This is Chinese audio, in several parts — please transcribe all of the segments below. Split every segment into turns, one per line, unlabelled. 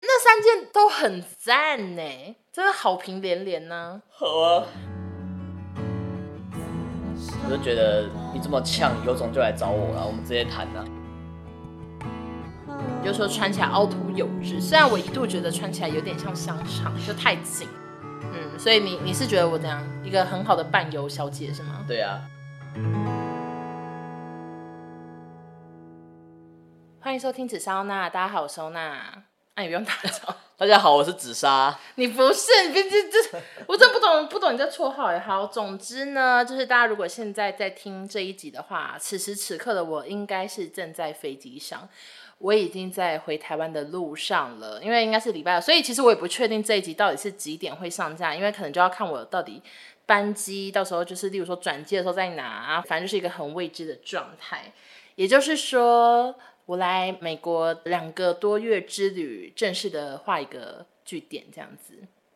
这三件都很赞呢，真的好评连连呢、
好啊。我就觉得你这么呛，有种就来找我啦，我们直接谈啊啦。
有时候穿起来凹凸有致，虽然我一度觉得穿起来有点像香肠，就太紧。嗯，所以你你是觉得我怎样一个很好的伴游小姐是吗？
对啊，
欢迎收听紫烧娜，大家好，我收娜。那、你不用打招呼，
大家好，我是紫砂。
你不是，你别这这，我真不懂不懂你这绰号也好。总之呢，就是大家如果现在在听这一集的话，此时此刻的我应该是正在飞机上，我已经在回台湾的路上了，因为应该是礼拜，所以其实我也不确定这一集到底是几点会上架，因为可能就要看我到底班机到时候就是例如说转机的时候在哪，反正就是一个很未知的状态。也就是说，我来美国两个多月之旅，正式的画一个据点，这样子。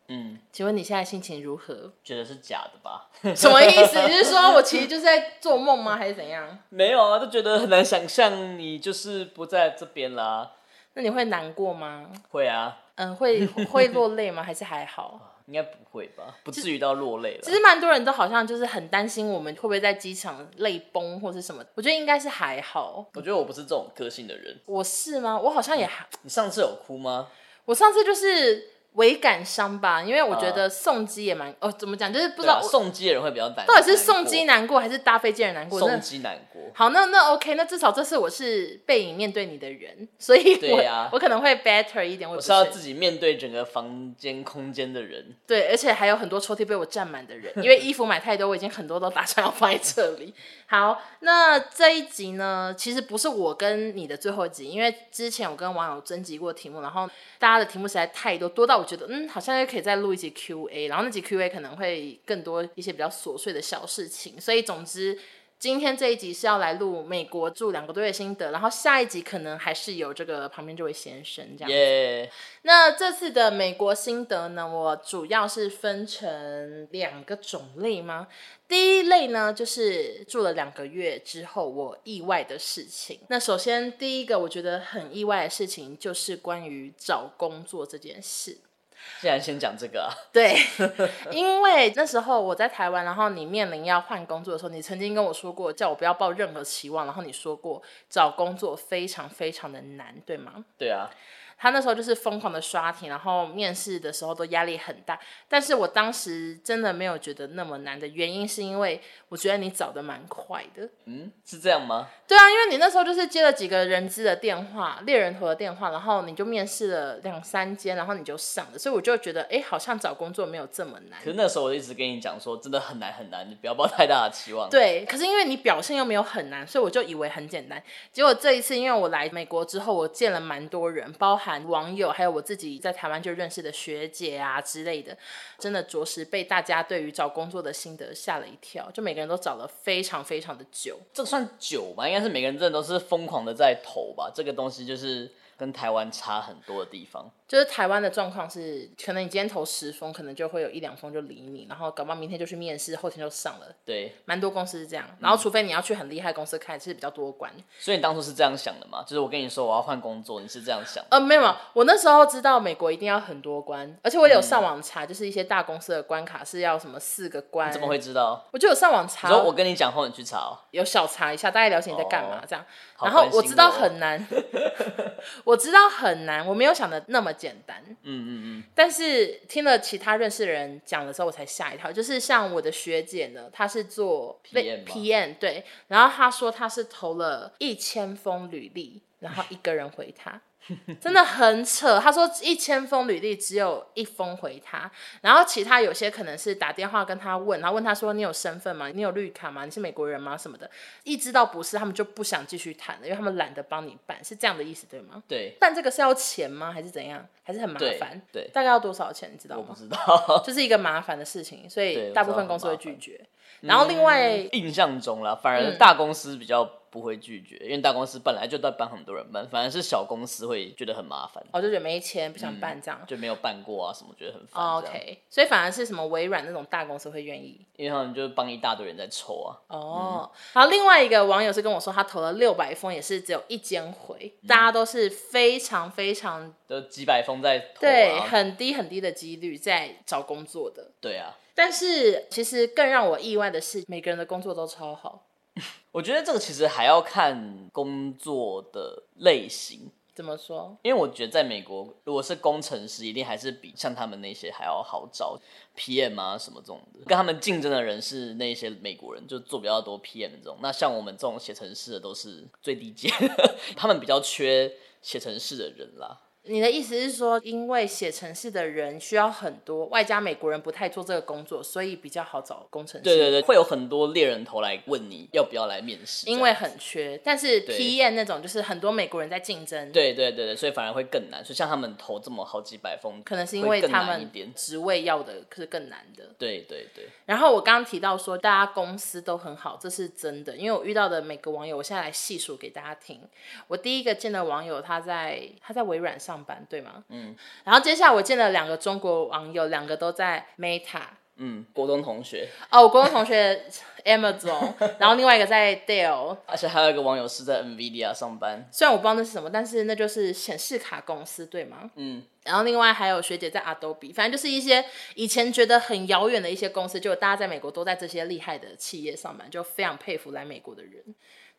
嗯，
请问你现在心情如何？
觉得是假的吧？
什么意思？你是说我其实就是在做梦吗？还是怎样？
没有啊，就觉得很难想象你就是不在这边啦。
那你会难过吗？
会啊，
嗯，会会落泪吗？还是还 好？
应该不会吧？不至于到落泪
其
了。
实蛮多人都好像就是很担心我们会不会在机场泪崩或是什么。我觉得应该是还好。
我觉得我不是这种个性的人。
我是吗？我好像也还，
你上次有哭吗？
我上次就是微感伤吧，因为我觉得送机也蛮……哦，怎么讲？就是不
不
知道我
啊送机的人会比较难。
到底是送机
难
难过还是搭飞机的人难
过？
过。真
送
的
机难过。
好，那那 OK，那至少这次我是背影面对你的人，所以我、
对呀
我可能会 better 一点。我
我
不
是要自己面对整个房间空间的人。
对，而且还有很多抽屉被我占满的人，因为衣服买太多，我已经很多都打算要放在这里。好，那这一集呢，其实不是我跟你的最后一集，因为之前我跟网友征集过题目，然后大家的题目实在太多，多到我觉得嗯，好像又可以再录一集 Q&A，然后那集 Q&A 可能会更多一些比较琐碎的小事情，所以总之。今天这一集是要来录美国住两个多月心得，然后下一集可能还是有这个旁边这位先生这样子
耶、
那这次的美国心得呢，我主要是分成两个种类吗？第一类呢，就是住了两个月之后我意外的事情。那首先第一个我觉得很意外的事情，就是关于找工作这件事。
竟然先讲这个、啊，
对，因为那时候我在台湾，然后你面临要换工作的时候，你曾经跟我说过，叫我不要抱任何期望，然后你说过找工作非常非常的难，对吗？
对啊，
他那时候就是疯狂的刷题，然后面试的时候都压力很大。但是我当时真的没有觉得那么难的原因，是因为我觉得你找的蛮快的。
嗯，是这样吗？
对啊，因为你那时候就是接了几个人资的电话、猎人头的电话，然后你就面试了两三间，然后你就上了，所以我就觉得，哎，好像找工作没有这么难
可。是那时候我就一直跟你讲说，真的很难很难，你不要抱太大的期望。
对，可是因为你表现又没有很难，所以我就以为很简单。结果这一次，因为我来美国之后，我见了蛮多人，包含网友，还有我自己在台湾就认识的学姐啊之类的，真的着实被大家对于找工作的心得吓了一跳。就每个人都找了非常非常的久。
这算久吧？应该是每个人真的都是疯狂的在投吧。这个东西就是跟台湾差很多的地方。
就是台湾的状况是，可能你今天投十封，可能就会有一两封就理你，然后搞不好明天就去面试，后天就上了，
对，
蛮多公司是这样。然后除非你要去很厉害的公司看，是比较多关。
所以你当初是这样想的嘛？就是我跟你说我要换工作，你是这样想的？
呃，没有，没有，我那时候知道美国一定要很多关，而且我有上网查，就是一些大公司的关卡是要什么四个关，
嗯你怎么？会知道？
我就有上网
你
查，
说我跟你讲后，你去查、哦。
有小查一下，大概了解你在干嘛
哦
这样。
好
然后
关心
我知道
我哦
很难， 我知道很难，我没有想的那么简单。
嗯嗯嗯，
但是听了其他认识的人讲的时候，我才吓一跳。就是像我的学姐呢，她是做
PM 吗
PM 对，然后她说她是投了一千封履历，然后一个人回她，真的很扯。她说一千封履历只有一封回她，然后其他有些可能是打电话跟她问，然后问她说你有身份吗？你有绿卡吗？你是美国人吗？什么的，一知道不是，他们就不想继续谈了，因为他们懒得帮你办，是这样的意思对吗？
对
办这个是要钱吗？还是怎样？还是很麻
对
烦？
对，
大概要多少钱，你知道
我不
吗？
知道。
就是一个麻烦的事情，所
对
以
我
大
知
部
道
分
很
公司会
麻
拒
烦嗯
绝。然后另外，
印象中
嗯
啦，反而大公司比较不会拒绝，因为大公司本来就在帮很多人办，反而是小公司会觉得很麻烦，
哦我就觉得没钱，不想办这样。
就没有办过啊什么，觉得很烦。
哦
这样
OK，所以反而是什么微软那种大公司会愿意
因为他们就是帮一大堆人在抽啊。
哦。然后另外一个网友是跟我说，他投了六百封，也是只有一间回，
嗯
大家都是非常非常
都几百封在投
对
啊，
很低很低的几率在找工作的。
对啊，
但是其实更让我意外的是，每个人的工作都超好，
我觉得这个其实还要看工作的类型，
怎么说？
因为我觉得在美国，如果是工程师，一定还是比像他们那些还要好找 PM 啊什么这种的，跟他们竞争的人是那些美国人，就做比较多 PM 的这种。那像我们这种写程式的都是最低阶， 他们比较缺写程式的人啦。
你的意思是说，因为写程式的人需要很多，外加美国人不太做这个工作，所以比较好找工程师。
对对对，会有很多猎人头来问你要不要来面试这样，
因为很缺，但是
对
PM 那种就是很多美国人在竞争，，
对对对对，所以反而会更难。所以像他们投这么好几百封，
可能是因
会
为
更
他
难一
们
点。
职位要的是更难的。
对对对，
然后我刚刚提到说，大家公司都很好，这是真的，因为我遇到的每个网友，我现在来细数给大家听。我第一个见的网友，他在他在微软上班，对吗？
嗯。
然后接下来我见了两个中国网友，两个都在 Meta。
嗯，国中同学，
哦，我国中同学 Amazon，然 后另外一个在 Dell，
而且还有一个网友是在 NVIDIA 上班。
虽然我不知道那是什么，但是那就是显示卡公司，对吗？
嗯，
然后另外还有学姐在 Adobe，反正就是一些以前觉得很遥远的一些公司，就大家在美国都在这些厉害的企业上班，就非常佩服来美国的人，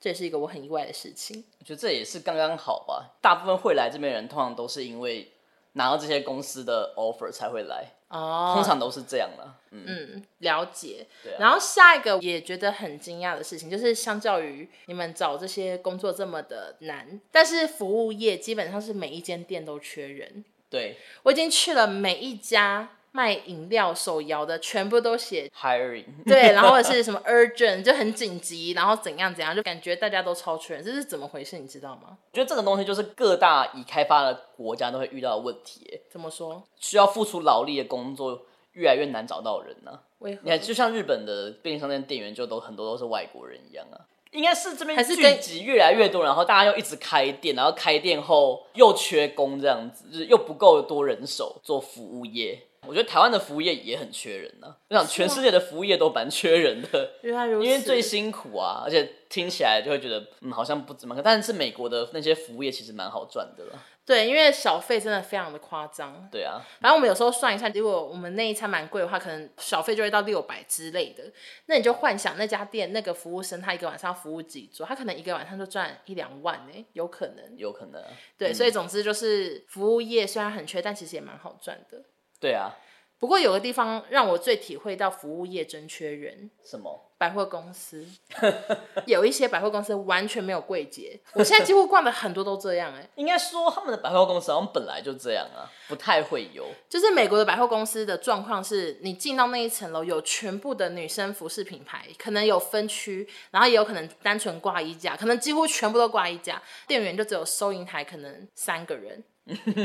这也是一个我很意外的事情。
我觉得这也是刚刚好吧。大部分会来这边的人，通常都是因为拿到这些公司的 offer 才会来，
哦，
通常都是这样啦。嗯，
嗯，了解。
对啊
然后下一个也觉得很惊讶的事情，就是相较于你们找这些工作这么的难，但是服务业基本上是每一间店都缺人。
对
我已经去了每一家卖饮料手摇的，全部都写
，hiring，
对，然后或者是什么 urgent 就很紧急，然后怎样怎样，就感觉大家都超缺人，这是怎么回事？你知道吗？
我觉得这个东西就是各大已开发的国家都会遇到的问题耶，
怎么说？
需要付出劳力的工作越来越难找到人呢、啊
为何
你？看，就像日本的便利商店店员，就都很多都是外国人一样啊。应该是这边
还是
聚
跟
集越来越多，然后大家又一直开店，然后开店后又缺工，这样子就是又不够多人手做服务业。我觉得台湾的服务业也很缺人呢、我想
啊
全世界的服务业都蛮缺人的，
原来如此。
因为最辛苦啊，而且听起来就会觉得嗯好像不怎么，但是美国的那些服务业其实蛮好赚的了。
对，因为小费真的非常的夸张。
对啊，
反正我们有时候算一算，如果我们那一餐蛮贵的话，可能小费就会到六百之类的。那你就幻想那家店那个服务生，他一个晚上要服务几桌，他可能一个晚上就赚一两万呢、欸有可能。
有可能啊、
对，所以总之就是服务业虽然很缺，但其实也蛮好赚的。
对啊，
不过有个地方让我最体会到服务业真缺人，
什么？
百货公司，有一些百货公司完全没有柜姐。我现在几乎逛的很多都这样、欸，哎，
应该说他们的百货公司好像本来就这样啊，不太会有。
就是美国的百货公司的状况是，你进到那一层楼，有全部的女生服饰品牌，可能有分区，然后也有可能单纯挂衣架，可能几乎全部都挂衣架，店员就只有收银台可能三个人。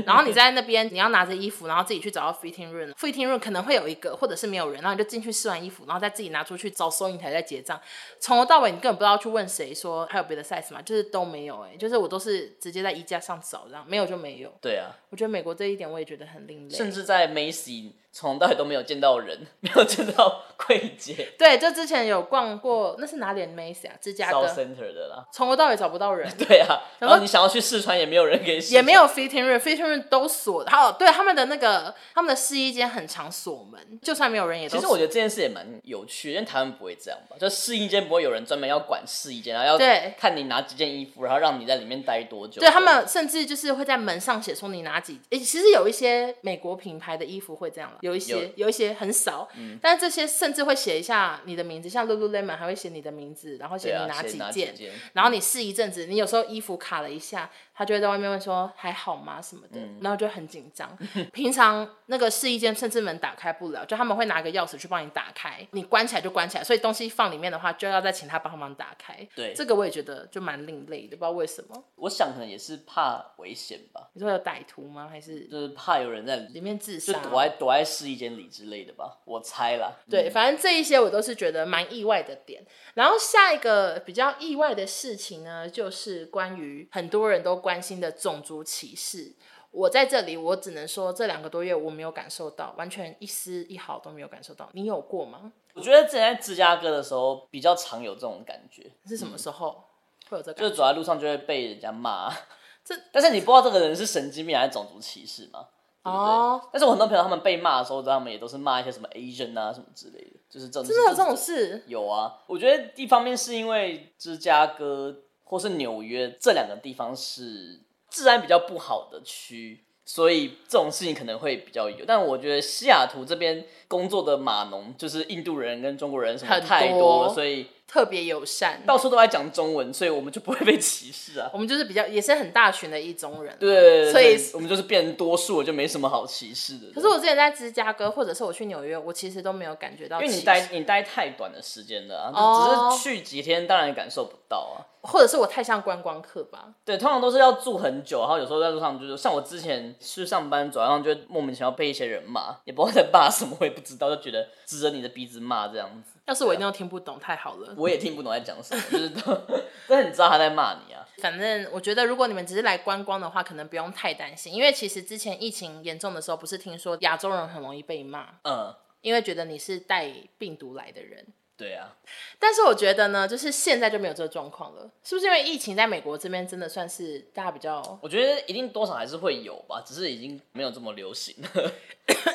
然后你在那边，你要拿着衣服，然后自己去找到 fitting room，fitting room 可能会有一个，或者是没有人，然后你就进去试完衣服，然后再自己拿出去找收银台再结账。从头到尾你根本不知道去问谁说还有别的 size 吗？就是都没有、欸，哎，就是我都是直接在衣架上找，这样没有就没有。
对啊，
我觉得美国这一点我也觉得很另类，
甚至在 Macy 从头到尾都没有见到人， 没有见到柜姐
对，就之前有逛过，那是哪里的 Macy 啊？芝加
South
哥，
Center 的啦。，
从头到尾找不到人
对啊，
然后
然后你想要去试穿也没有人给你试，
也没有 fitting room，fitting room 都锁的。还有对他们的那个他们的试衣间很常锁门，就算没有人也都
其
锁。
实我觉得这件事也蛮有趣，因为台湾不会这样吧？就试衣间不会有人专门要管试衣间，然后要
对
看你拿几件衣服，然后让你在里面待多久。
对他们甚至就是会在门上写说你哪几，诶、其实有一些美国品牌的衣服会这样了，有一些
有嗯
有一些很少，但是这些甚至会写一下你的名字，像 Lululemon 还会写你的名字，然后写
对啊，
你哪
先
几
拿
件，
件？
然后你试一阵子，你有时候衣服卡了一下，他就会在外面问说还好吗什么的，
嗯
然后就很紧张。平常那个试衣间甚至门打开不了，就他们会拿个钥匙去帮你打开，你关起来就关起来，所以东西放里面的话，就要再请他帮忙打开。
对
这个我也觉得就蛮另类的，不知道为什么。
我想可能也是怕危险吧，
你说有歹徒吗？还是
就是怕有人在里
里面自
就
杀？啊
躲在躲在试衣间里之类的吧，我猜啦。
对，反正这一些我都是觉得蛮意外的点。然后下一个比较意外的事情呢，就是关于很多人都关心的种族歧视。我在这里，我只能说这两个多月我没有感受到，完全一丝一毫都没有感受到。你有过吗？
我觉得之前在芝加哥的时候比较常有这种感觉，
是什么时候会有这
就
个？
是走在路上就会被人家骂。啊
这
但是你不知道这个人是神经病还是种族歧视嘛？对不对？
哦
但是我很多朋友他们被骂的时候，他们也都是骂一些什么 Asian 啊什么之类的，就是这种
真的有这种事？
有啊，我觉得一方面是因为芝加哥或是纽约这两个地方是治安比较不好的区，所以这种事情可能会比较有。但我觉得西雅图这边工作的码农就是印度人跟中国人什么
很
太
多
多了，所以
特别友善，
到处都在讲中文，所以我们就不会被歧视啊。
我们就是比较也是很大群的一中人啊。
对，
所以
对我们就是变成多数了，就没什么好歧视的。
可是我之前在芝加哥，或者是我去纽约，我其实都没有感觉到
因
歧
为
视，
你待你待太短的时间了啊，
哦
只是去几天，当然感受不到啊。
或者是我太像观光客吧。
对，通常都是要住很久，然后有时候在路上就是像我之前去上班，早上就会莫名其妙被一些人骂，也不知道在骂什么，我也不知道，就觉得指着你的鼻子骂这样子，
要是我一定要听不懂，太好了。
我也听不懂在讲什么，就是都， 但是你知道他在骂你啊，
反正我觉得，如果你们只是来观光的话，可能不用太担心，因为其实之前疫情严重的时候，不是听说亚洲人很容易被骂，
嗯，
因为觉得你是带病毒来的人。
对啊，
但是我觉得呢，就是现在就没有这个状况了，是不是因为疫情在美国这边真的算是大家比较
我觉得一定多少还是会有吧，只是已经没有这么流行 了，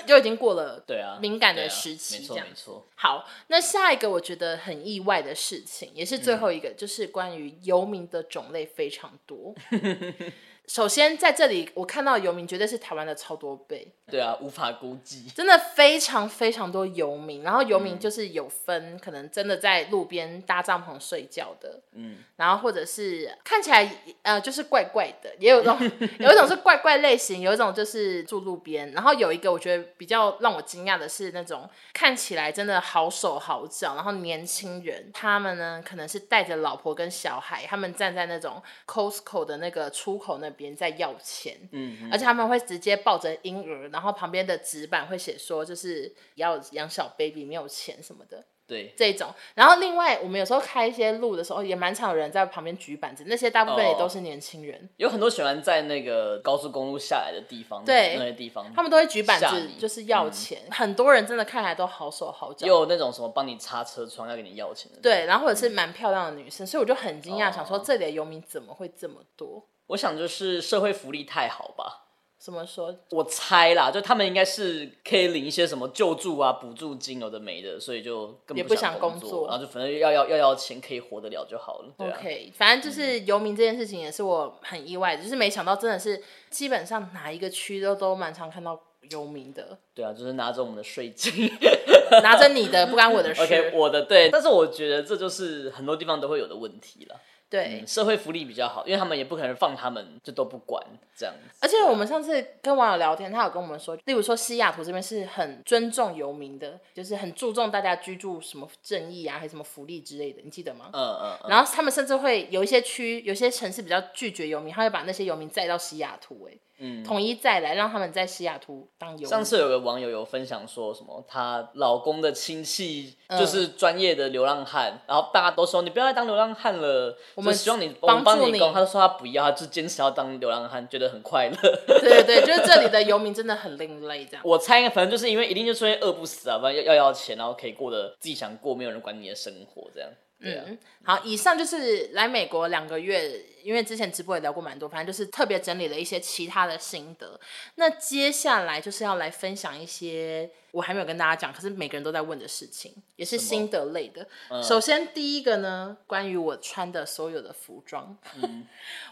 就已经过了
对啊，
敏感
对
的
啊
时期
没
这
错
样
没错，
好，那下一个我觉得很意外的事情，也是最后一个，就是关于游民的种类非常 多。首先在这里，我看到游民绝对是台湾的超多倍，
对啊，无法估计，
真的非常非常多游民。然后游民就是有分，可能真的在路边搭帐篷睡觉的，
嗯，
然后或者是看起来呃就是怪怪的，也有一种有一种是怪怪类型，有一种就是住路边，然后有一个我觉得比较让我惊讶的是那种看起来真的好手好脚，然后年轻人他们呢可能是带着老婆跟小孩，他们站在那种 Costco 的那个出口那边在要钱，
嗯，
而且他们会直接抱着婴儿，然后旁边的纸板会写说就是要养小 baby 没有钱什么的，
对，
这种。然后另外，我们有时候开一些路的时候，也蛮常有人在旁边举板子，那些大部分也都是年轻人，
有很多喜欢在那个高速公路下来的地方，
对
那些地方，
他们都会举板
吓
子
你
就是要钱，很多人真的看起来都好手好
也
脚。
嗯有那种什么帮你擦车窗要给你要钱的，
对，然后或者是蛮漂亮的女生，所以我就很惊讶，
哦
想说这里的游民怎么会这么多？
我想就是社会福利太好吧，
怎么说？
我猜啦，就他们应该是可以领一些什么救助啊、补助金，有的没的，所以就根
也
本
不想
想
工
作，
作
然后就反正要要要要钱可以活得了就好了。对啊
OK，反正就是游民这件事情也是我很意外的，就是没想到真的是基本上哪一个区都都蛮常看到游民 的，
对啊，就是拿着我们的税 金。
拿着你的不干我的事。
OK，我的对，但是我觉得这就是很多地方都会有的问题了。
对，
嗯，社会福利比较好，因为他们也不可能放他们就都不管这样子。
而且我们上次跟网友聊天，他有跟我们说，例如说西雅图这边是很尊重游民的，就是很注重大家居住什么正义啊，还是什么福利之类的，你记得吗？
嗯嗯嗯，
然后他们甚至会有一些区、有些城市比较拒绝游民，他会把那些游民载到西雅图、哎，嗯，统一载来，让他们在西雅图当游
上
民。
次有个网友有分享说什么，她老公的亲戚
嗯
就是专业的流浪汉，然后大家都说你不要再当流浪汉了，我
们
希望你我
帮
们帮
助
你
你
工，他就说他不要，他就坚持要当流浪汉，觉得很快乐。
对对对，就是这里的游民真的很另类，这样。
我猜反正就是因为一定就是会饿不死啊，不然要要要钱，然后可以过得自己想过，没有人管你的生活这样。对啊，
嗯，好，以上就是来美国两个月，因为之前直播也聊过蛮多，反正就是特别整理了一些其他的心得。那接下来就是要来分享一些我还没有跟大家讲，可是每个人都在问的事情，也是心得类的。
嗯
首先第一个呢，关于我穿的所有的服装，
嗯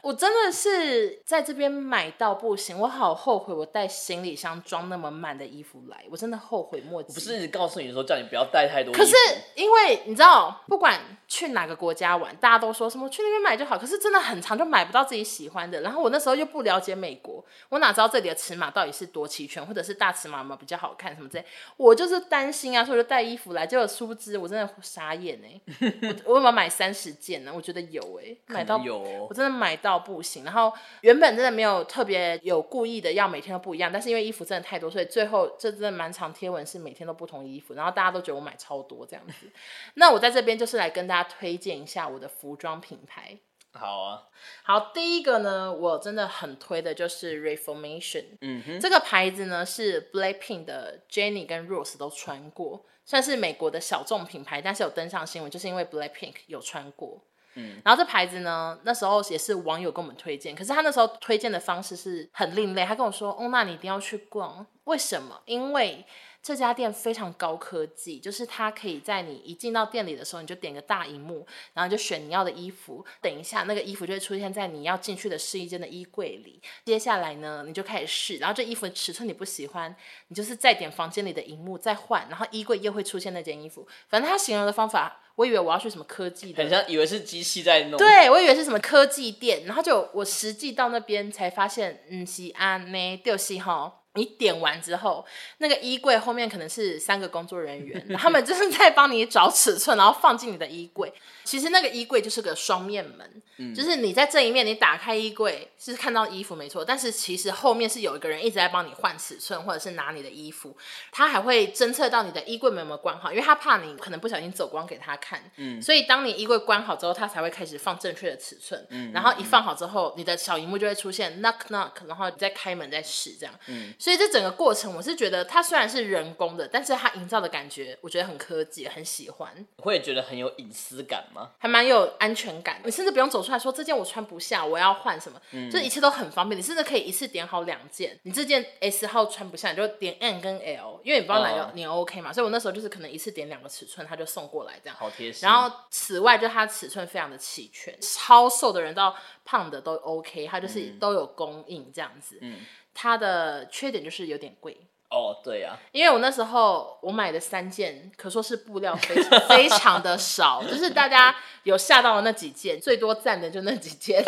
我真的是在这边买到不行，我好后悔我带行李箱装那么满的衣服来，我真的后悔莫及。
不是一直告诉你说叫你不要带太多衣服，
可是因为你知道，不管去哪个国家玩，大家都说什么去那边买就好，可是真的很常就买不到自己喜欢的。然后我那时候又不了解美国，我哪知道这里的尺码到底是多齐全，或者是大尺码有没有比较好看什么之类。我就是担心啊，所以我就带衣服来。结果殊不知我真的傻眼哎、我我有没有买三十件呢？我觉得有哎、买到
可能有哦
我真的买到不行。然后原本真的没有特别有故意的要每天都不一样，但是因为衣服真的太多，所以最后这真的蛮常贴文是每天都不同衣服，然后大家都觉得我买超多这样子。那我在这边就是来跟大家推荐一下我的服装品牌。
好啊，
好，第一个呢，我真的很推的就是 Reformation，
嗯哼，
这个牌子呢是 Blackpink 的 Jennie 跟 Rose 都穿过，算是美国的小众品牌，但是有登上新闻，就是因为 Blackpink 有穿过。嗯，然后这牌子呢，那时候也是网友跟我们推荐，可是他那时候推荐的方式是很另类，他跟我说：“哦，那你一定要去逛，为什么？因为这家店非常高科技，就是它可以在你一进到店里的时候，你就点个大荧幕，然后就选你要的衣服。等一下，那个衣服就会出现在你要进去的试衣间的衣柜里。接下来呢，你就开始试，然后这衣服的尺寸你不喜欢，你就是再点房间里的荧幕再换，然后衣柜又会出现那件衣服。反正他形容的方法，我以为我要去什么科技的
很像以为是机器在弄，，
对，我以为是什么科技店，然后就我实际到那边才发现，嗯，西安呢，就是哈。 你点完之后，那个衣柜后面可能是三个工作人员，他们就是在帮你找尺寸，然后放进你的衣柜。其实那个衣柜就是个双面门，就是你在这一面你打开衣柜是看到衣服没错，但是其实后面是有一个人一直在帮你换尺寸，或者是拿你的衣服，他还会侦测到你的衣柜门有没有关好，因为他怕你可能不小心走光给他看，所以当你衣柜关好之后，它才会开始放正确的尺寸。然后一放好之后，你的小荧幕就会出现 knock knock，然后你再开门再试这样。所以这整个过程，我是觉得它虽然是人工的，但是它营造的感觉，我觉得很科技，很喜欢，
会觉得很有隐私感吗？
还蛮有安全感。你甚至不用走出来说这件我穿不下，我要换什么，
嗯
就一切都很方便。你甚至可以一次点好两件，你这件 S 号穿不下，你就点 M 跟 L，因为你不知道哪个
哦
你 OK 嘛。所以我那时候就是可能一次点两个尺寸，他就送过来这样。
好贴心，
然后此外，就它尺寸非常的齐全，超瘦的人到胖的都 OK，它就是都有供应这样子。
嗯
它的缺点就是有点贵，
哦，对啊，
因为我那时候我买的三件，可说是布料非常非常的少，就是大家有吓到的那几件，最多赞的就那几 件，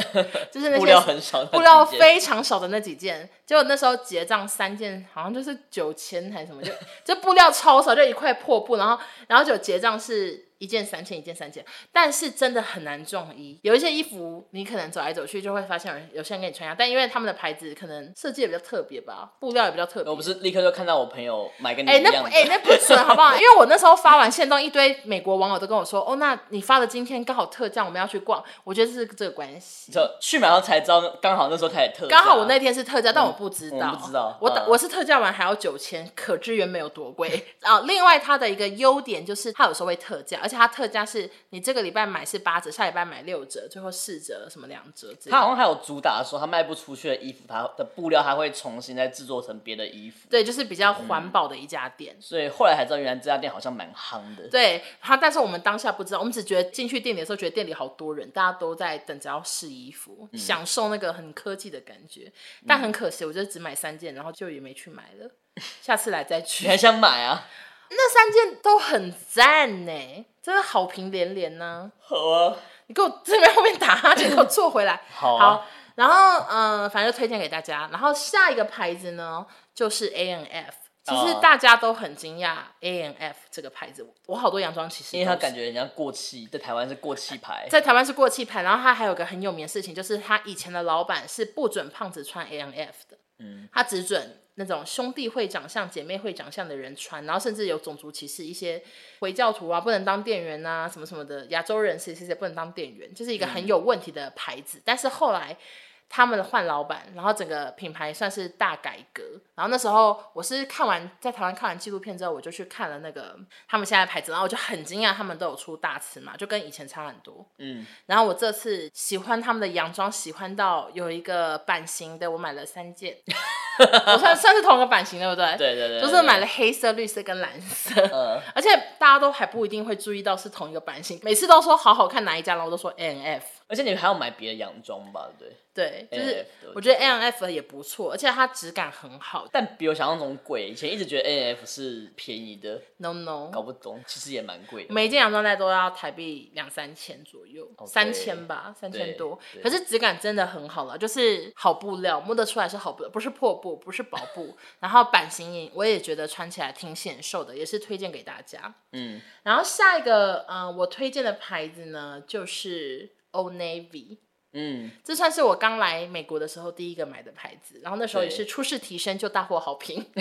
就是那些
布料很少，
布料非常少的那几件，结果那时候结账三件好像就是九千还是什么，就就布料超少，就一块破布，然后然后就结账是一件三千，一件三千，但是真的很难中一。有一些衣服你可能走来走去就会发现有人有些人给你穿一样，但因为他们的牌子可能设计也比较特别吧，布料也比较特别。
我不是立刻就看到我朋友买跟你
哎、
一
那
样
不
的，
哎、那不 准好不好？因为我那时候发完线动，一堆美国网友都跟我说，哦，那你发的今天刚好特价，我们要去逛。我觉得这是这个关系。
就去买后才知道，刚好那时候开始特价，
刚好我那天是特价，但我不知
我
道，
们不知道
我打、
嗯
我是特价完还要九千，可知原本有多贵啊！另外它的一个优点就是它有时候会特价，而且它特价是你这个礼拜买是八折，下礼拜买六折，最后四折什么两折之类
他
的。
好像还有主打说，他卖不出去的衣服，他的布料他会重新再制作成别的衣服，
对，就是比较
嗯
环保的一家店。
所以后来才知道，原来这家店好像蛮夯的。
对，它但是我们当下不知道，我们只觉得进去店里的时候，觉得店里好多人，大家都在等着要试衣服，
嗯
享受那个很科技的感觉。但很可惜，我就只买三件，然后就也没去买 了。下次来再去
你。还想买啊？
那三件都很赞呢，真的好评连连呢、
好啊，
你给我这边后面打哈欠，给我坐回来。
好啊
然后嗯、呃反正就推荐给大家。然后下一个牌子呢，就是 A N F。其实
哦
大家都很惊讶 A N F 这个牌子，我好多洋装其实
因为他
都是
感觉人家过气，在台湾是过气牌，
在台湾是过气牌，然后他还有个很有名的事情，就是他以前的老板是不准胖子穿 A N F 的，嗯，他只准那种兄弟会长相、姐妹会长相的人穿，然后甚至有种族歧视，一些回教徒啊不能当店员啊，什么什么的，亚洲人谁谁谁不能当店员，就是一个很有问题的牌子。但是后来他们换老板，然后整个品牌算是大改革。然后那时候我是看完在台湾看完纪录片之后，我就去看了那个他们现在的牌子，然后我就很惊讶，他们都有出大尺码，就跟以前差很多。
嗯，
然后我这次喜欢他们的洋装，喜欢到有一个版型的，我买了三 件，我算算是同一个版型，对不对？嗯
对对对，
就是买了黑色、绿色跟蓝色，
呃，
而且大家都还不一定会注意到是同一个版型。每次都说好好看哪一家，然后我都说 N F，
而且你还要买别的洋装吧，对不对？
对，就是
AF 的
我觉得 A N F 也不错，而且它质感很好。
但比我想象中贵，以前一直觉得 N F 是便宜的，
No No，
搞不懂，其实也蛮贵的。
每一件洋装袋都要台币两三千左右，
哦
三
对
千吧，三
对
千多。
对
可是质感真的很好了，就是好布料，摸得出来是好布料，不是破布，不是薄布。然后版型也，我也觉得穿起来挺显瘦的，也是推荐给大家。
嗯，
然后下一个，嗯、我推荐的牌子呢就是 Old Navy。
嗯，
这算是我刚来美国的时候第一个买的牌子，然后那时候也
对
是初试提升就大获好评，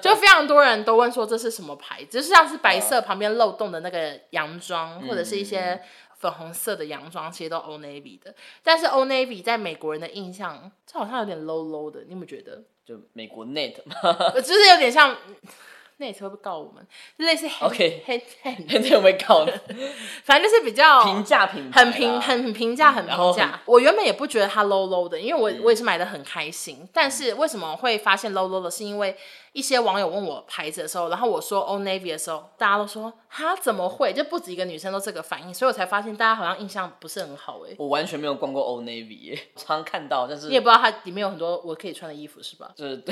就非常多人都问说这是什么牌子，就是像是白色旁边漏洞的那个洋装，
嗯
或者是一些粉红色的洋装，其实都 Old Navy 的。但是 Old Navy 在美国人的印象，这好像有点 low low 的，你有没有觉 得？
就美国 Net 嘛
呃就是有点像。那也是会不会告我们？就类似 hand-
OK
hand- hand-
，Net 有没有搞
反正就是比较
平价品牌啦
很平很很平嗯价，很嗯
然后
平价。我原本也不觉得它 low low 的，因为我、我也是买的很开心。但是为什么会发现 low low 的，是因为一些网友问我牌子的时候，然后我说 Old Navy 的时候，大家都说哈怎么会？就不止一个女生都这个反应，所以我才发现大家好像印象不是很好哎、欸。
我完全没有逛过 Old Navy，耶 常常看到，但是？
你也不知道它里面有很多我可以穿的衣服是吧
就是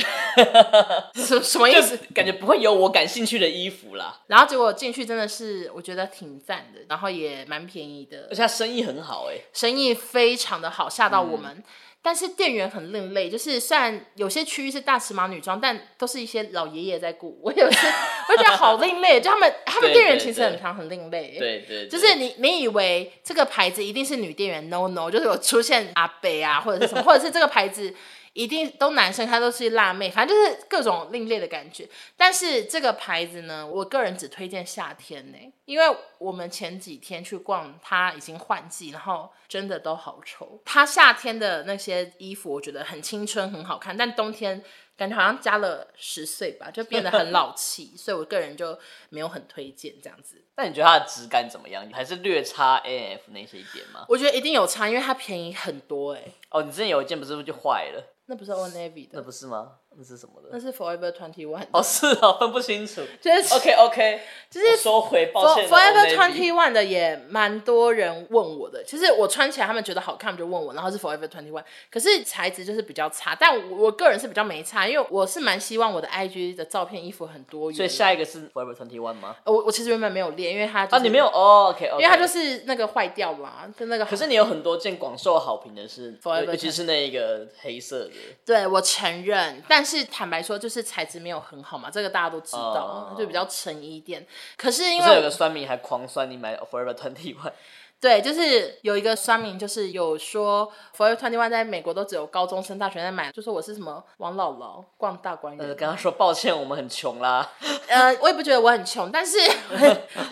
什什么意
就
思？
是感觉不会有我感兴趣的衣服啦，
然后结果进去真的是我觉得挺赞的，然后也蛮便宜的
而，且它生意很好哎，
生意非常的好，吓到我
嗯
们。但是店员很另类，就是虽然有些区域是大尺码女装，但都是一些老爷爷在顾。我有时我觉得好另类，就他们他们
对
店员
对
其实
对
很常很另类。
对对，对
就是你你以为这个牌子一定是女店员，no no，就是有出现阿北啊，或者是什么， 或者是这个牌子一定都男生，他都是辣妹，反正就是各种另类的感觉。但是这个牌子呢，我个人只推荐夏天呢、因为我们前几天去逛，它已经换季，然后真的都好丑。它夏天的那些衣服，我觉得很青春，很好看，但冬天。感觉好像加了十岁吧，就变得很老 气，所以我个人就没有很推荐这样子。
那你觉得它的质感怎么样？还是略差 AF 那些一点吗？
我觉得一定有差，因为它便宜很多哎、
哦，你之前有一件不是就坏了，
那不是 Old Navy
那
的，
不是吗？那是什么
那
的？
是 Forever Twenty One，、
哦，是哦，分不清楚。
就是
OK OK，
就
我
是
收回，哦抱
For,
歉。
Forever
Old Navy
Twenty One 的也蛮多人问我的，其实我穿起来他们觉得好看，他们就问我，然后是 Forever Twenty One，可是材质就是比较差，但我我个人是比较没差，因为我是蛮希望我的 IG 的照片衣服很多元，
所以下一个是 Forever Twenty One 吗？
呃我我其实原本没有列，因为它、就
啊，
是
你没有哦，OK，, o
因
k
为它就是那个坏掉嘛，就那个
可是你有很多件广受好评的是，
Forever
尤其是那一个黑色的，
对我承认，但是坦白说，就是材质没有很好嘛，这个大家都知道，
哦
就比较沉一点。可是因
不是有
为
个酸民还狂酸你买 Forever Twenty One，
对，就是有一个酸民，就是有说 Forever Twenty One 在美国都只有高中生、大学生在买，就说我是什么王姥姥逛大观
呃，
园。
跟他说抱歉，我们很穷啦。
呃，我也不觉得我很穷，但是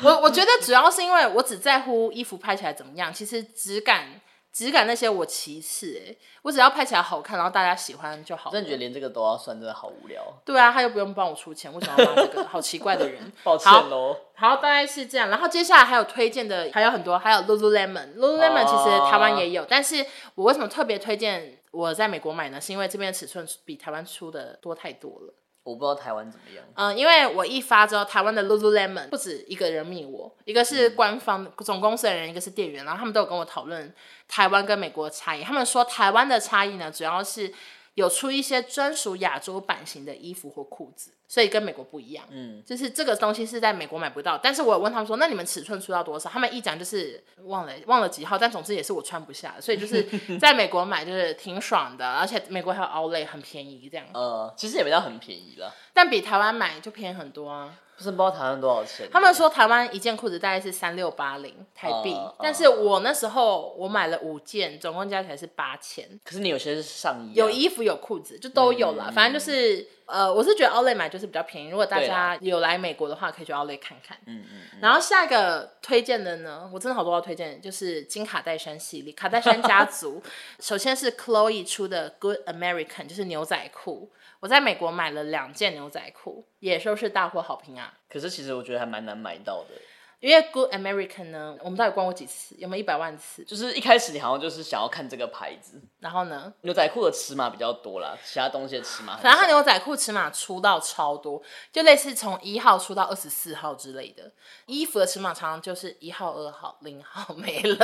我我觉得主要是因为我只在乎衣服拍起来怎么样，其实质感。质感那些我其次、欸，我只要拍起来好看，然后大家喜欢就好
我
了
真的觉得连这个都要算，真的好无聊，
对啊，他又不用帮我出钱，为什么要骂这个？好奇怪的人。
抱歉哦
好
喽。
好，大概是这样。然后接下来还有推荐的，还有很多，还有 Lululemon，Lululemon
哦
其实台湾也有，但是我为什么特别推荐我在美国买呢？是因为这边的尺寸比台湾出的多太多了。
我不知道台湾怎么样，
嗯，因为我一发之后，台湾的 Lululemon 不止一个人密我，一个是官方总公司的人，一个是店员，然后他们都有跟我讨论台湾跟美国的差异。他们说台湾的差异呢，主要是有出一些专属亚洲版型的衣服或裤子，所以跟美国不一样。
嗯，
就是这个东西是在美国买不到，但是我有问他们说，那你们尺寸出到多少？他们一讲就是忘了忘了几号，但总之也是我穿不下，所以就是在美国买就是挺爽的，而且美国还有 Outlet 很便宜这样，
呃，其实也没到很便宜啦，
但比台湾买就便宜很多啊。
不是不知道台湾多少钱。
他们说台湾一件裤子大概是三六八零台币，
哦
但是我那时候我买了五件，总共加起来是八千，
可是你有些是上衣、啊，嗯
有衣服有裤子就都有了，反正就是呃，我是觉得 Outlet 买就是比较便宜，如果大
对
家
啦
有来美国的话，可以去 Outlet 看看。
嗯嗯嗯，
然后下一个推荐的呢，我真的好多要推荐，就是金卡戴珊系列，卡戴珊家 族。首先是 Chloe 出的 Good American，就是牛仔裤，我在美国买了两件牛仔裤，也都是大获好评啊。
可是其实我觉得还蛮难买到的，
因为 Good American 呢，我们到底逛过几次？有没有一百万次？
就是一开始你好像就是想要看这个牌子，
然后呢，
牛仔裤的尺码比较多啦，其他东西的尺码很
反正他
少。
牛仔裤尺码出到超多，就类似从一号出到二十四号之类的。衣服的尺码常常就是一号、二号、零号没 了。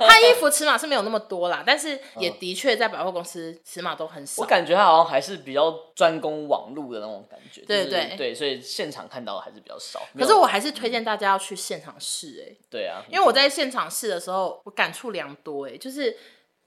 他衣服尺码是没有那么多啦，但是也的确在百货公司尺码都很
嗯我
少。
感觉他好像还是比较专攻网路的那种感觉，
对
就是
对
对，所以现场看到的还是比较少。没
可
有
是我还是推荐大家要去现场试哎、
对啊，
因为我在现场试的时候，我感触良多哎、就是。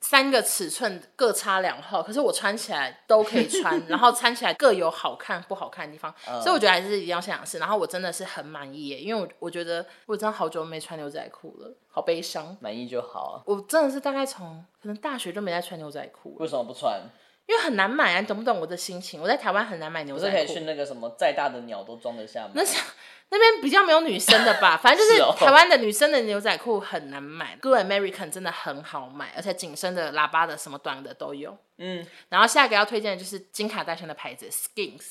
三个尺寸各差两号，可是我穿起来都可以 穿，然后穿起来各有好看不好看的地方，
嗯
所以我觉得还是一定要现场试。然后我真的是很满意耶，欸因为我我觉得我真的好久没穿牛仔裤了，好悲伤。
满意就好啊。
我真的是大概从可能大学就没再穿牛仔裤了，
为什么不穿？
因为很难买啊，你懂不懂我的心情？我在台湾很难买牛
不
仔
是可以
裤
去，那个什么，再大的鸟都装得下吗？
那是那边比较没有女生的 吧，反正就是是
哦
台湾的女生的牛仔裤很难买，Good American 真的很好买，而且紧身的、喇叭的、什么短的都有。
嗯，
然后下一个要推荐的就是金卡戴珊的牌子 Skins，、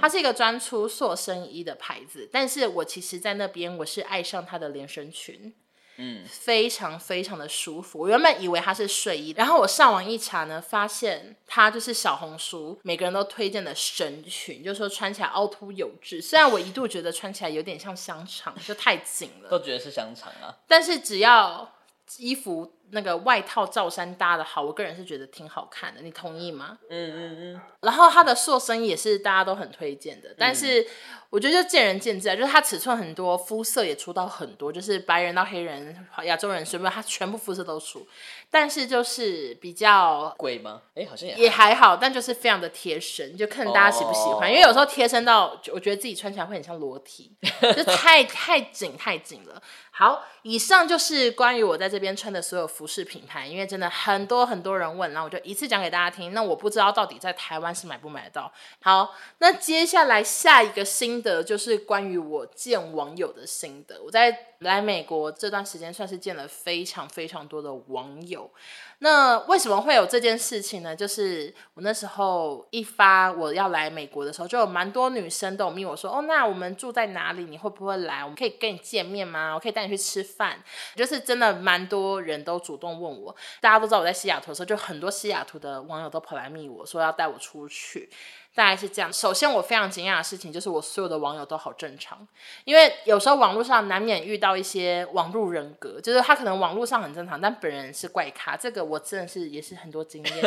它是一个专出塑身衣的牌子，但是我其实在那边我是爱上它的连身裙。
嗯，
非常非常的舒服。我原本以为它是睡衣，然后我上网一查呢，发现它就是小红书每个人都推荐的神裙，就说穿起来凹凸有致。虽然我一度觉得穿起来有点像香肠，就太紧了，
都觉得是香肠啊。
但是只要衣服那个外套罩衫搭的好，我个人是觉得挺好看的，你同意吗？
嗯嗯嗯，
然后它的塑身也是大家都很推荐的，但是我觉得就见仁见智啊，就是它尺寸很多，肤色也出到很多，就是白人到黑人、亚洲人，随便它全部肤色都出，但是就是比较。
贵吗？哎、好像也
也还好，但就是非常的贴身，就看大家喜不喜欢。
哦
因为有时候贴身到，就我觉得自己穿起来会很像裸体，就太太紧太紧了。好，以上就是关于我在这边穿的所有服饰品牌，因为真的很多很多人问，然后我就一次讲给大家听。那我不知道到底在台湾是买不买得到。好，那接下来下一个心得就是关于我见网友的心得。我在来美国这段时间算是见了非常非常多的网友。那为什么会有这件事情呢？就是我那时候一发我要来美国的时候，就有蛮多女生都有密我说，哦，那我们住在哪里？你会不会来？我们可以跟你见面吗？我可以带你去吃饭。就是真的蛮多人都主动问我，大家都知道我在西雅图的时候，就很多西雅图的网友都跑来密我说要带我出去。大概是这样。首先，我非常惊讶的事情就是，我所有的网友都好正常，因为有时候网络上难免遇到一些网络人格，就是他可能网络上很正常，但本人是怪咖。这个我真的是也是很多经验，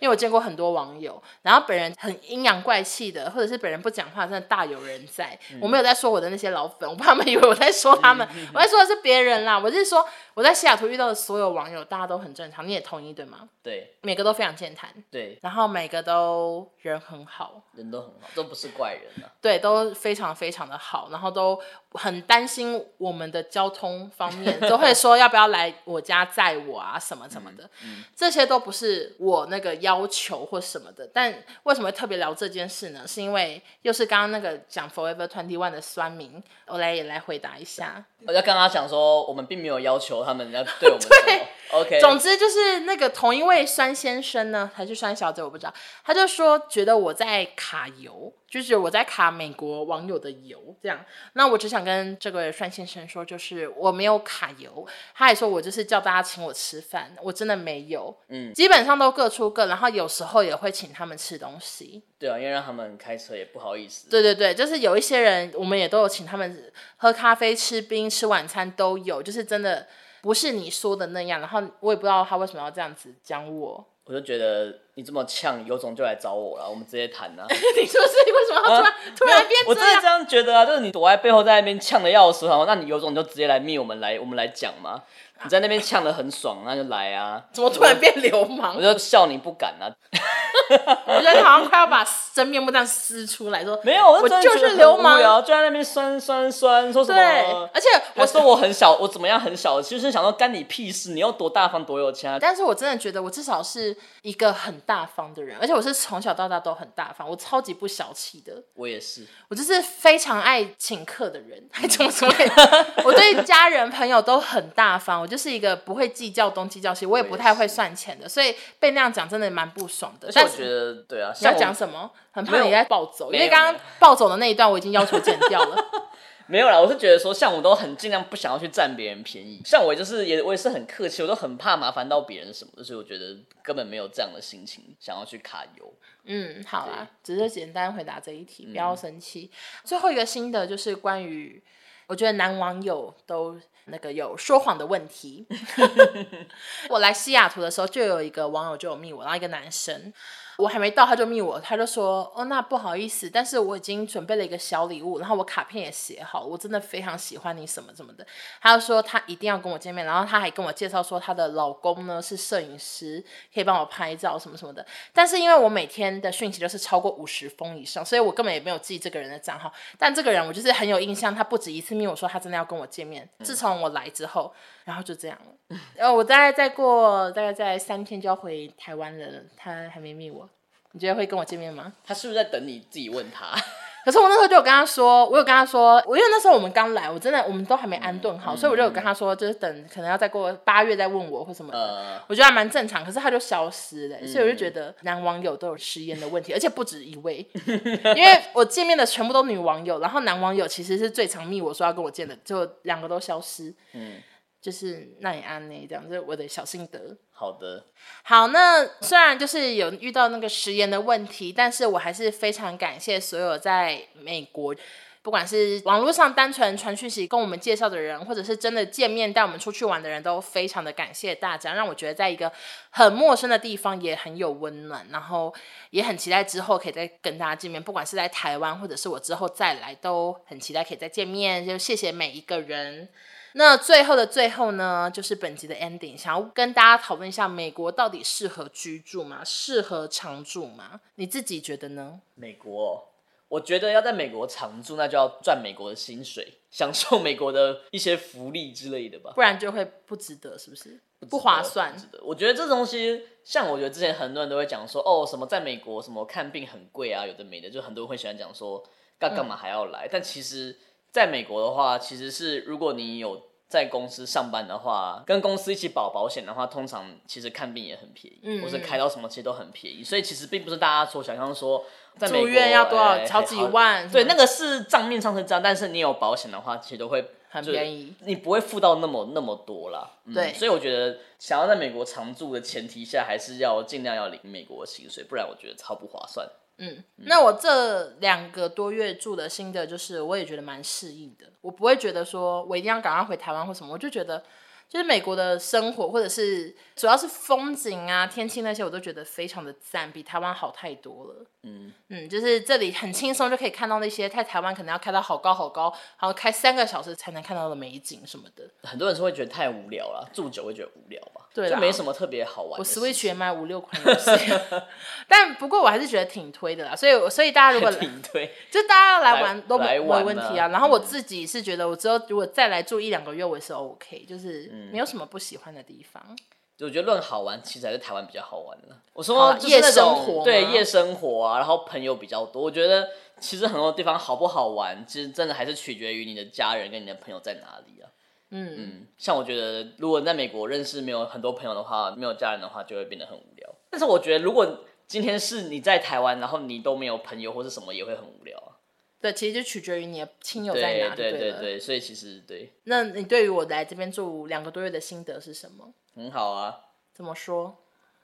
因为我见过很多网友，然后本人很阴阳怪气的，或者是本人不讲话，真的大有人在。我没有在说我的那些老粉，我怕他们以为我在说他们，我在说的是别人啦。我是说我在西雅图遇到的所有网友，大家都很正常，你也同意对吗？
对
每个都非常健谈，
对，
然后每个都人很好。
人都很好，都不是怪人啊。
对，都非常非常的好，然后都很担心我们的交通方面，都会说要不要来我家载我啊，什么什么的，这些都不是我那个要求或什么的。但为什么会特别聊这件事呢？是因为又是刚刚那个讲 Forever Twenty One 的酸民，我来也来回答一下。
我就跟他讲说，我们并没有要求他们要对 我们什么。OK，
总之就是那个同一位酸先生呢，还是酸小姐，我不知道，他就说觉得我在卡油，就是我在卡美国网友的油这样。那我只想跟这个酸先生说，就是我没有卡油，他还说我就是叫大家请我吃饭，我真的没有，
嗯
基本上都各出各，然后有时候也会请他们吃东西。
对啊，因为让他们开车也不好意思。
对对对，就是有一些人，我们也都有请他们喝咖啡、吃冰、吃晚餐都有，就是真的不是你说的那样。然后我也不知道他为什么要这样子讲我，
我就觉得你这么呛，有种就来找我了，我们直接谈 啊。
你说是为什么要突然、突然变
我
这
真的
样
这？样觉得啊，就是你躲在背后在那边呛的要死，然后那你有种你就直接来密我们来我们来讲嘛。你在那边呛的很爽，那就来啊。
怎么突然变流氓？
我
我
就笑你不敢啊，
觉得好像快要把真面目这样撕出来，说
没有，我
我
真的
就
觉得
是
很
流
无
氓。
聊就在那边酸酸酸，说什
对
么，？
而且
我
我
啊说我很小，我怎么样很小，其实是想说干你屁事，你要多大方多有钱啊。
但是我真的觉得我至少是一个很大方的人，而且我是从小到大都很大方，我超级不小气的。
我也是，
我就是非常爱请客的人，还怎么怎么 类的？我对家人朋友都很大方，我就是一个不会计较东计较西，我也
我也
不太会算钱的，所以被那样讲真的蛮不爽的
而。且
但
我
是
觉得对啊，
你要
像我
讲什么？很
没
怕
有
你在暴走，因
没
为
有
刚刚暴走的那一段我已经要求剪掉了。
没有啦，我是觉得说，像我都很尽量不想要去占别人便宜，像我就是也我也是很客气，我都很怕麻烦到别人什么的，所以我觉得根本没有这样的心情想要去卡油。
嗯，好啦，只是简单回答这一题，不要生气。最后一个新的就是关于，我觉得男网友都那个有说谎的问题。我来西雅图的时候，就有一个网友就有密我，然后一个男生，我还没到他就密我，他就说：“哦，那不好意思，但是我已经准备了一个小礼物，然后我卡片也写好，我真的非常喜欢你什么什么的。”他就说他一定要跟我见面，然后他还跟我介绍说她的老公呢是摄影师，可以帮我拍照什么什么的。但是因为我每天的讯息都是超过五十封以上，所以我根本也没有记这个人的账号。但这个人我就是很有印象，他不止一次密我说他真的要跟我见面。自从我来之后，然后就这样了。呃，我大概再过大概在三天就要回台湾了，他还没密我。你觉得会跟我见面吗？
他是不是在等你自己问他？
可是我那时候就有跟他说，我有跟他说，我因为那时候我们刚来，我真的我们都还没安顿好，所以我就有跟他说，就是等可能要再过八月再问我或什么的。
呃，
我觉得还蛮正常，可是他就消失了、所以我就觉得男网友都有食言的问题，而且不止一位，因为我见面的全部都女网友，然后男网友其实是最常密我说要跟我见的，就两个都消失，
嗯，
就是那也安呢，这样就是我的小心得。
好的，
好，那虽然就是有遇到那个食言的问题，但是我还是非常感谢所有在美国。不管是网络上单纯传讯息跟我们介绍的人，或者是真的见面带我们出去玩的人，都非常的感谢大家，让我觉得在一个很陌生的地方也很有温暖，然后也很期待之后可以再跟大家见面，不管是在台湾或者是我之后再来，都很期待可以再见面。就谢谢每一个人。那最后的最后呢，就是本集的 ending，想要跟大家讨论一下，美国到底适合居住吗？适合常住吗？你自己觉得呢？
美国哦，我觉得要在美国常住，那就要赚美国的薪水，享受美国的一些福利之类的吧。
不然就会不值得，是不是？不划算
不。值得。我觉得这东西，像我觉得之前很多人都会讲说，哦，什么在美国什么看病很贵啊，有的没的，就很多人会喜欢讲说，干干
嗯
嘛还要来？但其实在美国的话，其实是如果你有在公司上班的话，跟公司一起保保险的话，通常其实看病也很便宜，
嗯
或是开到什么其实都很便宜，所以其实并不是大家所想象说。在美
住
国
院要多少？
哎
好几万？
对，
什么
那个是账面上是这样，但是你有保险的话，其实都会
很
就是
便宜
你不会付到那么那么多啦。嗯
对
所以我觉得想要在美国常住的前提下，还是要尽量要领美国的薪水，不然我觉得超不划算。
嗯，那我这两个多月住的新的，就是我也觉得蛮适应的。我不会觉得说我一定要赶快回台湾或什么，我就觉得就是美国的生活，或者是主要是风景啊、天气那些，我都觉得非常的赞，比台湾好太多了。
嗯，
嗯，就是这里很轻松就可以看到那些在台湾可能要开到好高好高，然后开三个小时才能看到的美景什么的。
很多人是会觉得太无聊了，住久会觉得无聊吧，
对啦
就没什么特别好玩
我
的事情。
Switch 也买五六款游戏， 但不过我还是觉得挺推的啦。所以我，所以大家如果
挺对，
就大家要来玩
来
都没
来玩啊
问题啊。然后我自己是觉得，我之后如果再来住一两个月，我也是 OK，就是
嗯
没有什么不喜欢的地方。
我觉得论好玩，其实还是台湾比较好玩的。我
好
说
啦
就是那
夜生活
种
吗
对夜生活啊，然后朋友比较多。我觉得其实很多地方好不好玩，其实真的还是取决于你的家人跟你的朋友在哪里啊。
嗯
嗯，像我觉得如果在美国认识没有很多朋友的话，没有家人的话，就会变得很无聊。但是我觉得如果今天是你在台湾，然后你都没有朋友或是什么，也会很无聊啊。
对，其实就取决于你的亲友在
对
哪里。
对
对
对
了
对，所以其实对
那你对于我来这边住两个多月的心得是什么？
很好啊。
怎么说？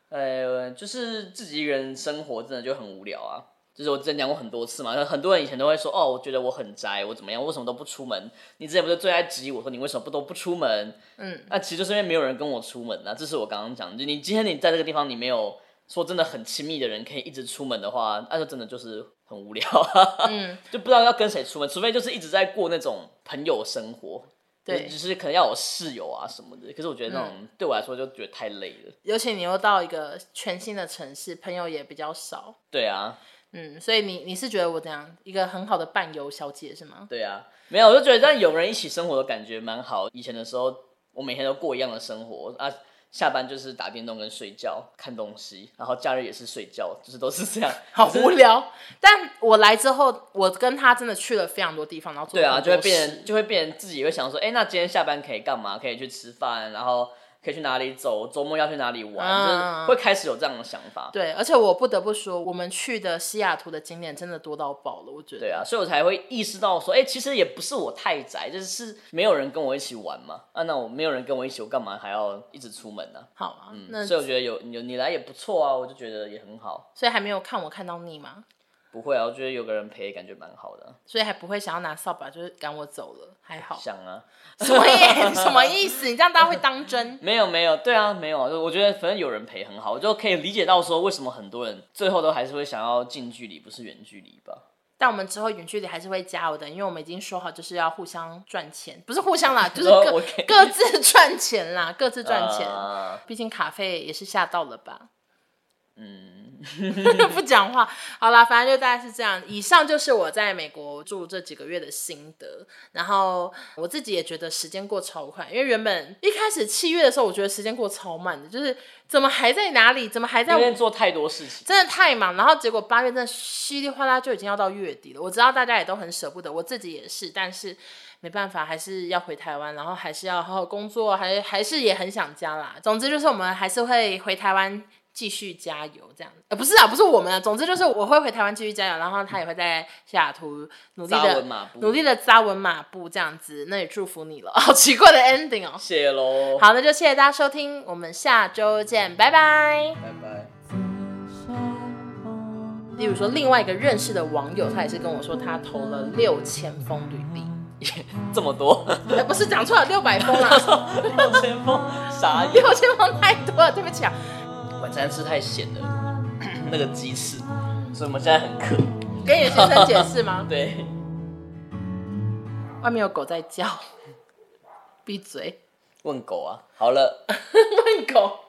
呃，就是自己一个人生活真的就很无聊啊。就是我之前讲过很多次嘛，很多人以前都会说，哦，我觉得我很宅，我怎么样，我为什么都不出门？你之前不是最爱质疑我说你为什么不都不出门？
嗯，
那其实就是因为没有人跟我出门啊，这是我刚刚讲的，就你今天你在这个地方，你没有说真的很亲密的人可以一直出门的话，那就真的就是很无聊、啊，
嗯，
就不知道要跟谁出门，除非就是一直在过那种朋友生活，
对嗯
只是可能要有室友啊什么的。可是我觉得那种、对我来说就觉得太累了，
尤其你又到一个全新的城市，朋友也比较少。
对啊，
嗯，所以你你是觉得我怎样一个很好的伴游小姐是吗？
对啊，没有，我就觉得这样有人一起生活的感觉蛮好。以前的时候，我每天都过一样的生活啊，下班就是打电动跟睡觉、看东西，然后假日也是睡觉，就是都是这样。
好
可是
无 聊。但我来之后，我跟他真的去了非常多地方，然后做
对
了
啊，
很
就
多
会变
事
成，就会变成自己会想说，哎、那今天下班可以干嘛？可以去吃饭，然后可以去哪里走，周末要去哪里玩，
啊
就是会开始有这样的想法。
对，而且我不得不说，我们去的西雅图的景点真的多到爆了，我觉得。
对啊，所以我才会意识到说，哎、其实也不是我太宅，就是是没有人跟我一起玩嘛。啊，那我没有人跟我一起，我干嘛还要一直出门呢、
好啊，那
嗯，所以我觉得有有你来也不错啊，我就觉得也很好。
所以还没有看我看到你嘛，
不会啊，我觉得有个人陪感觉蛮好的啊。
所以还不会想要拿扫把就是赶我走了，还好。
想啊，
什么意什么意思？你这 样大家会当真？
没有没有，对啊，没有啊。我觉得反正有人陪很好，我就可以理解到说为什么很多人最后都还是会想要近距离，不是远距离吧？
但我们之后远距离还是会加油的，因为我们已经说好就是要互相赚钱，不是互相啦， 就是
哦
各、
OK
各自赚钱啦，各自赚钱。
啊
毕竟卡费也是吓到了吧，
嗯，
不讲话。好啦，反正就大概是这样。以上就是我在美国住这几个月的心得。然后我自己也觉得时间过超快，因为原本一开始七月的时候，我觉得时间过超慢的，就是怎么还在哪里，怎么还在
因为做太多事情，
真的太忙，然后结果八月真的稀里哗啦就已经要到月底了。我知道大家也都很舍不得，我自己也是，但是没办法，还是要回台湾，然后还是要好好工作，还还是也很想家啦。总之就是我们还是会回台湾继续加油，这样。呃，不是啊，不是我们啊，总之就是我会回台湾继续加油，然后他也会在西雅图努力
扎
的
文马步
努力的扎稳马步这样子。那也祝福你了，好奇怪的 ending 哦。
谢喽，
好，那就谢谢大家收听，我们下周见，拜拜。
拜拜。
例如说，另外一个认识的网友，他也是跟我说，他投了六千封履历，
这 么多，
呃，不是讲错了，六百封啦，
六千封，傻眼。
六千封太多了，对不起啊。
晚餐吃太咸了， 那个鸡翅，所以我们现在很渴。
跟你的先生解释吗？
对，
外面有狗 在叫，闭嘴，
问狗啊，好了。
问狗。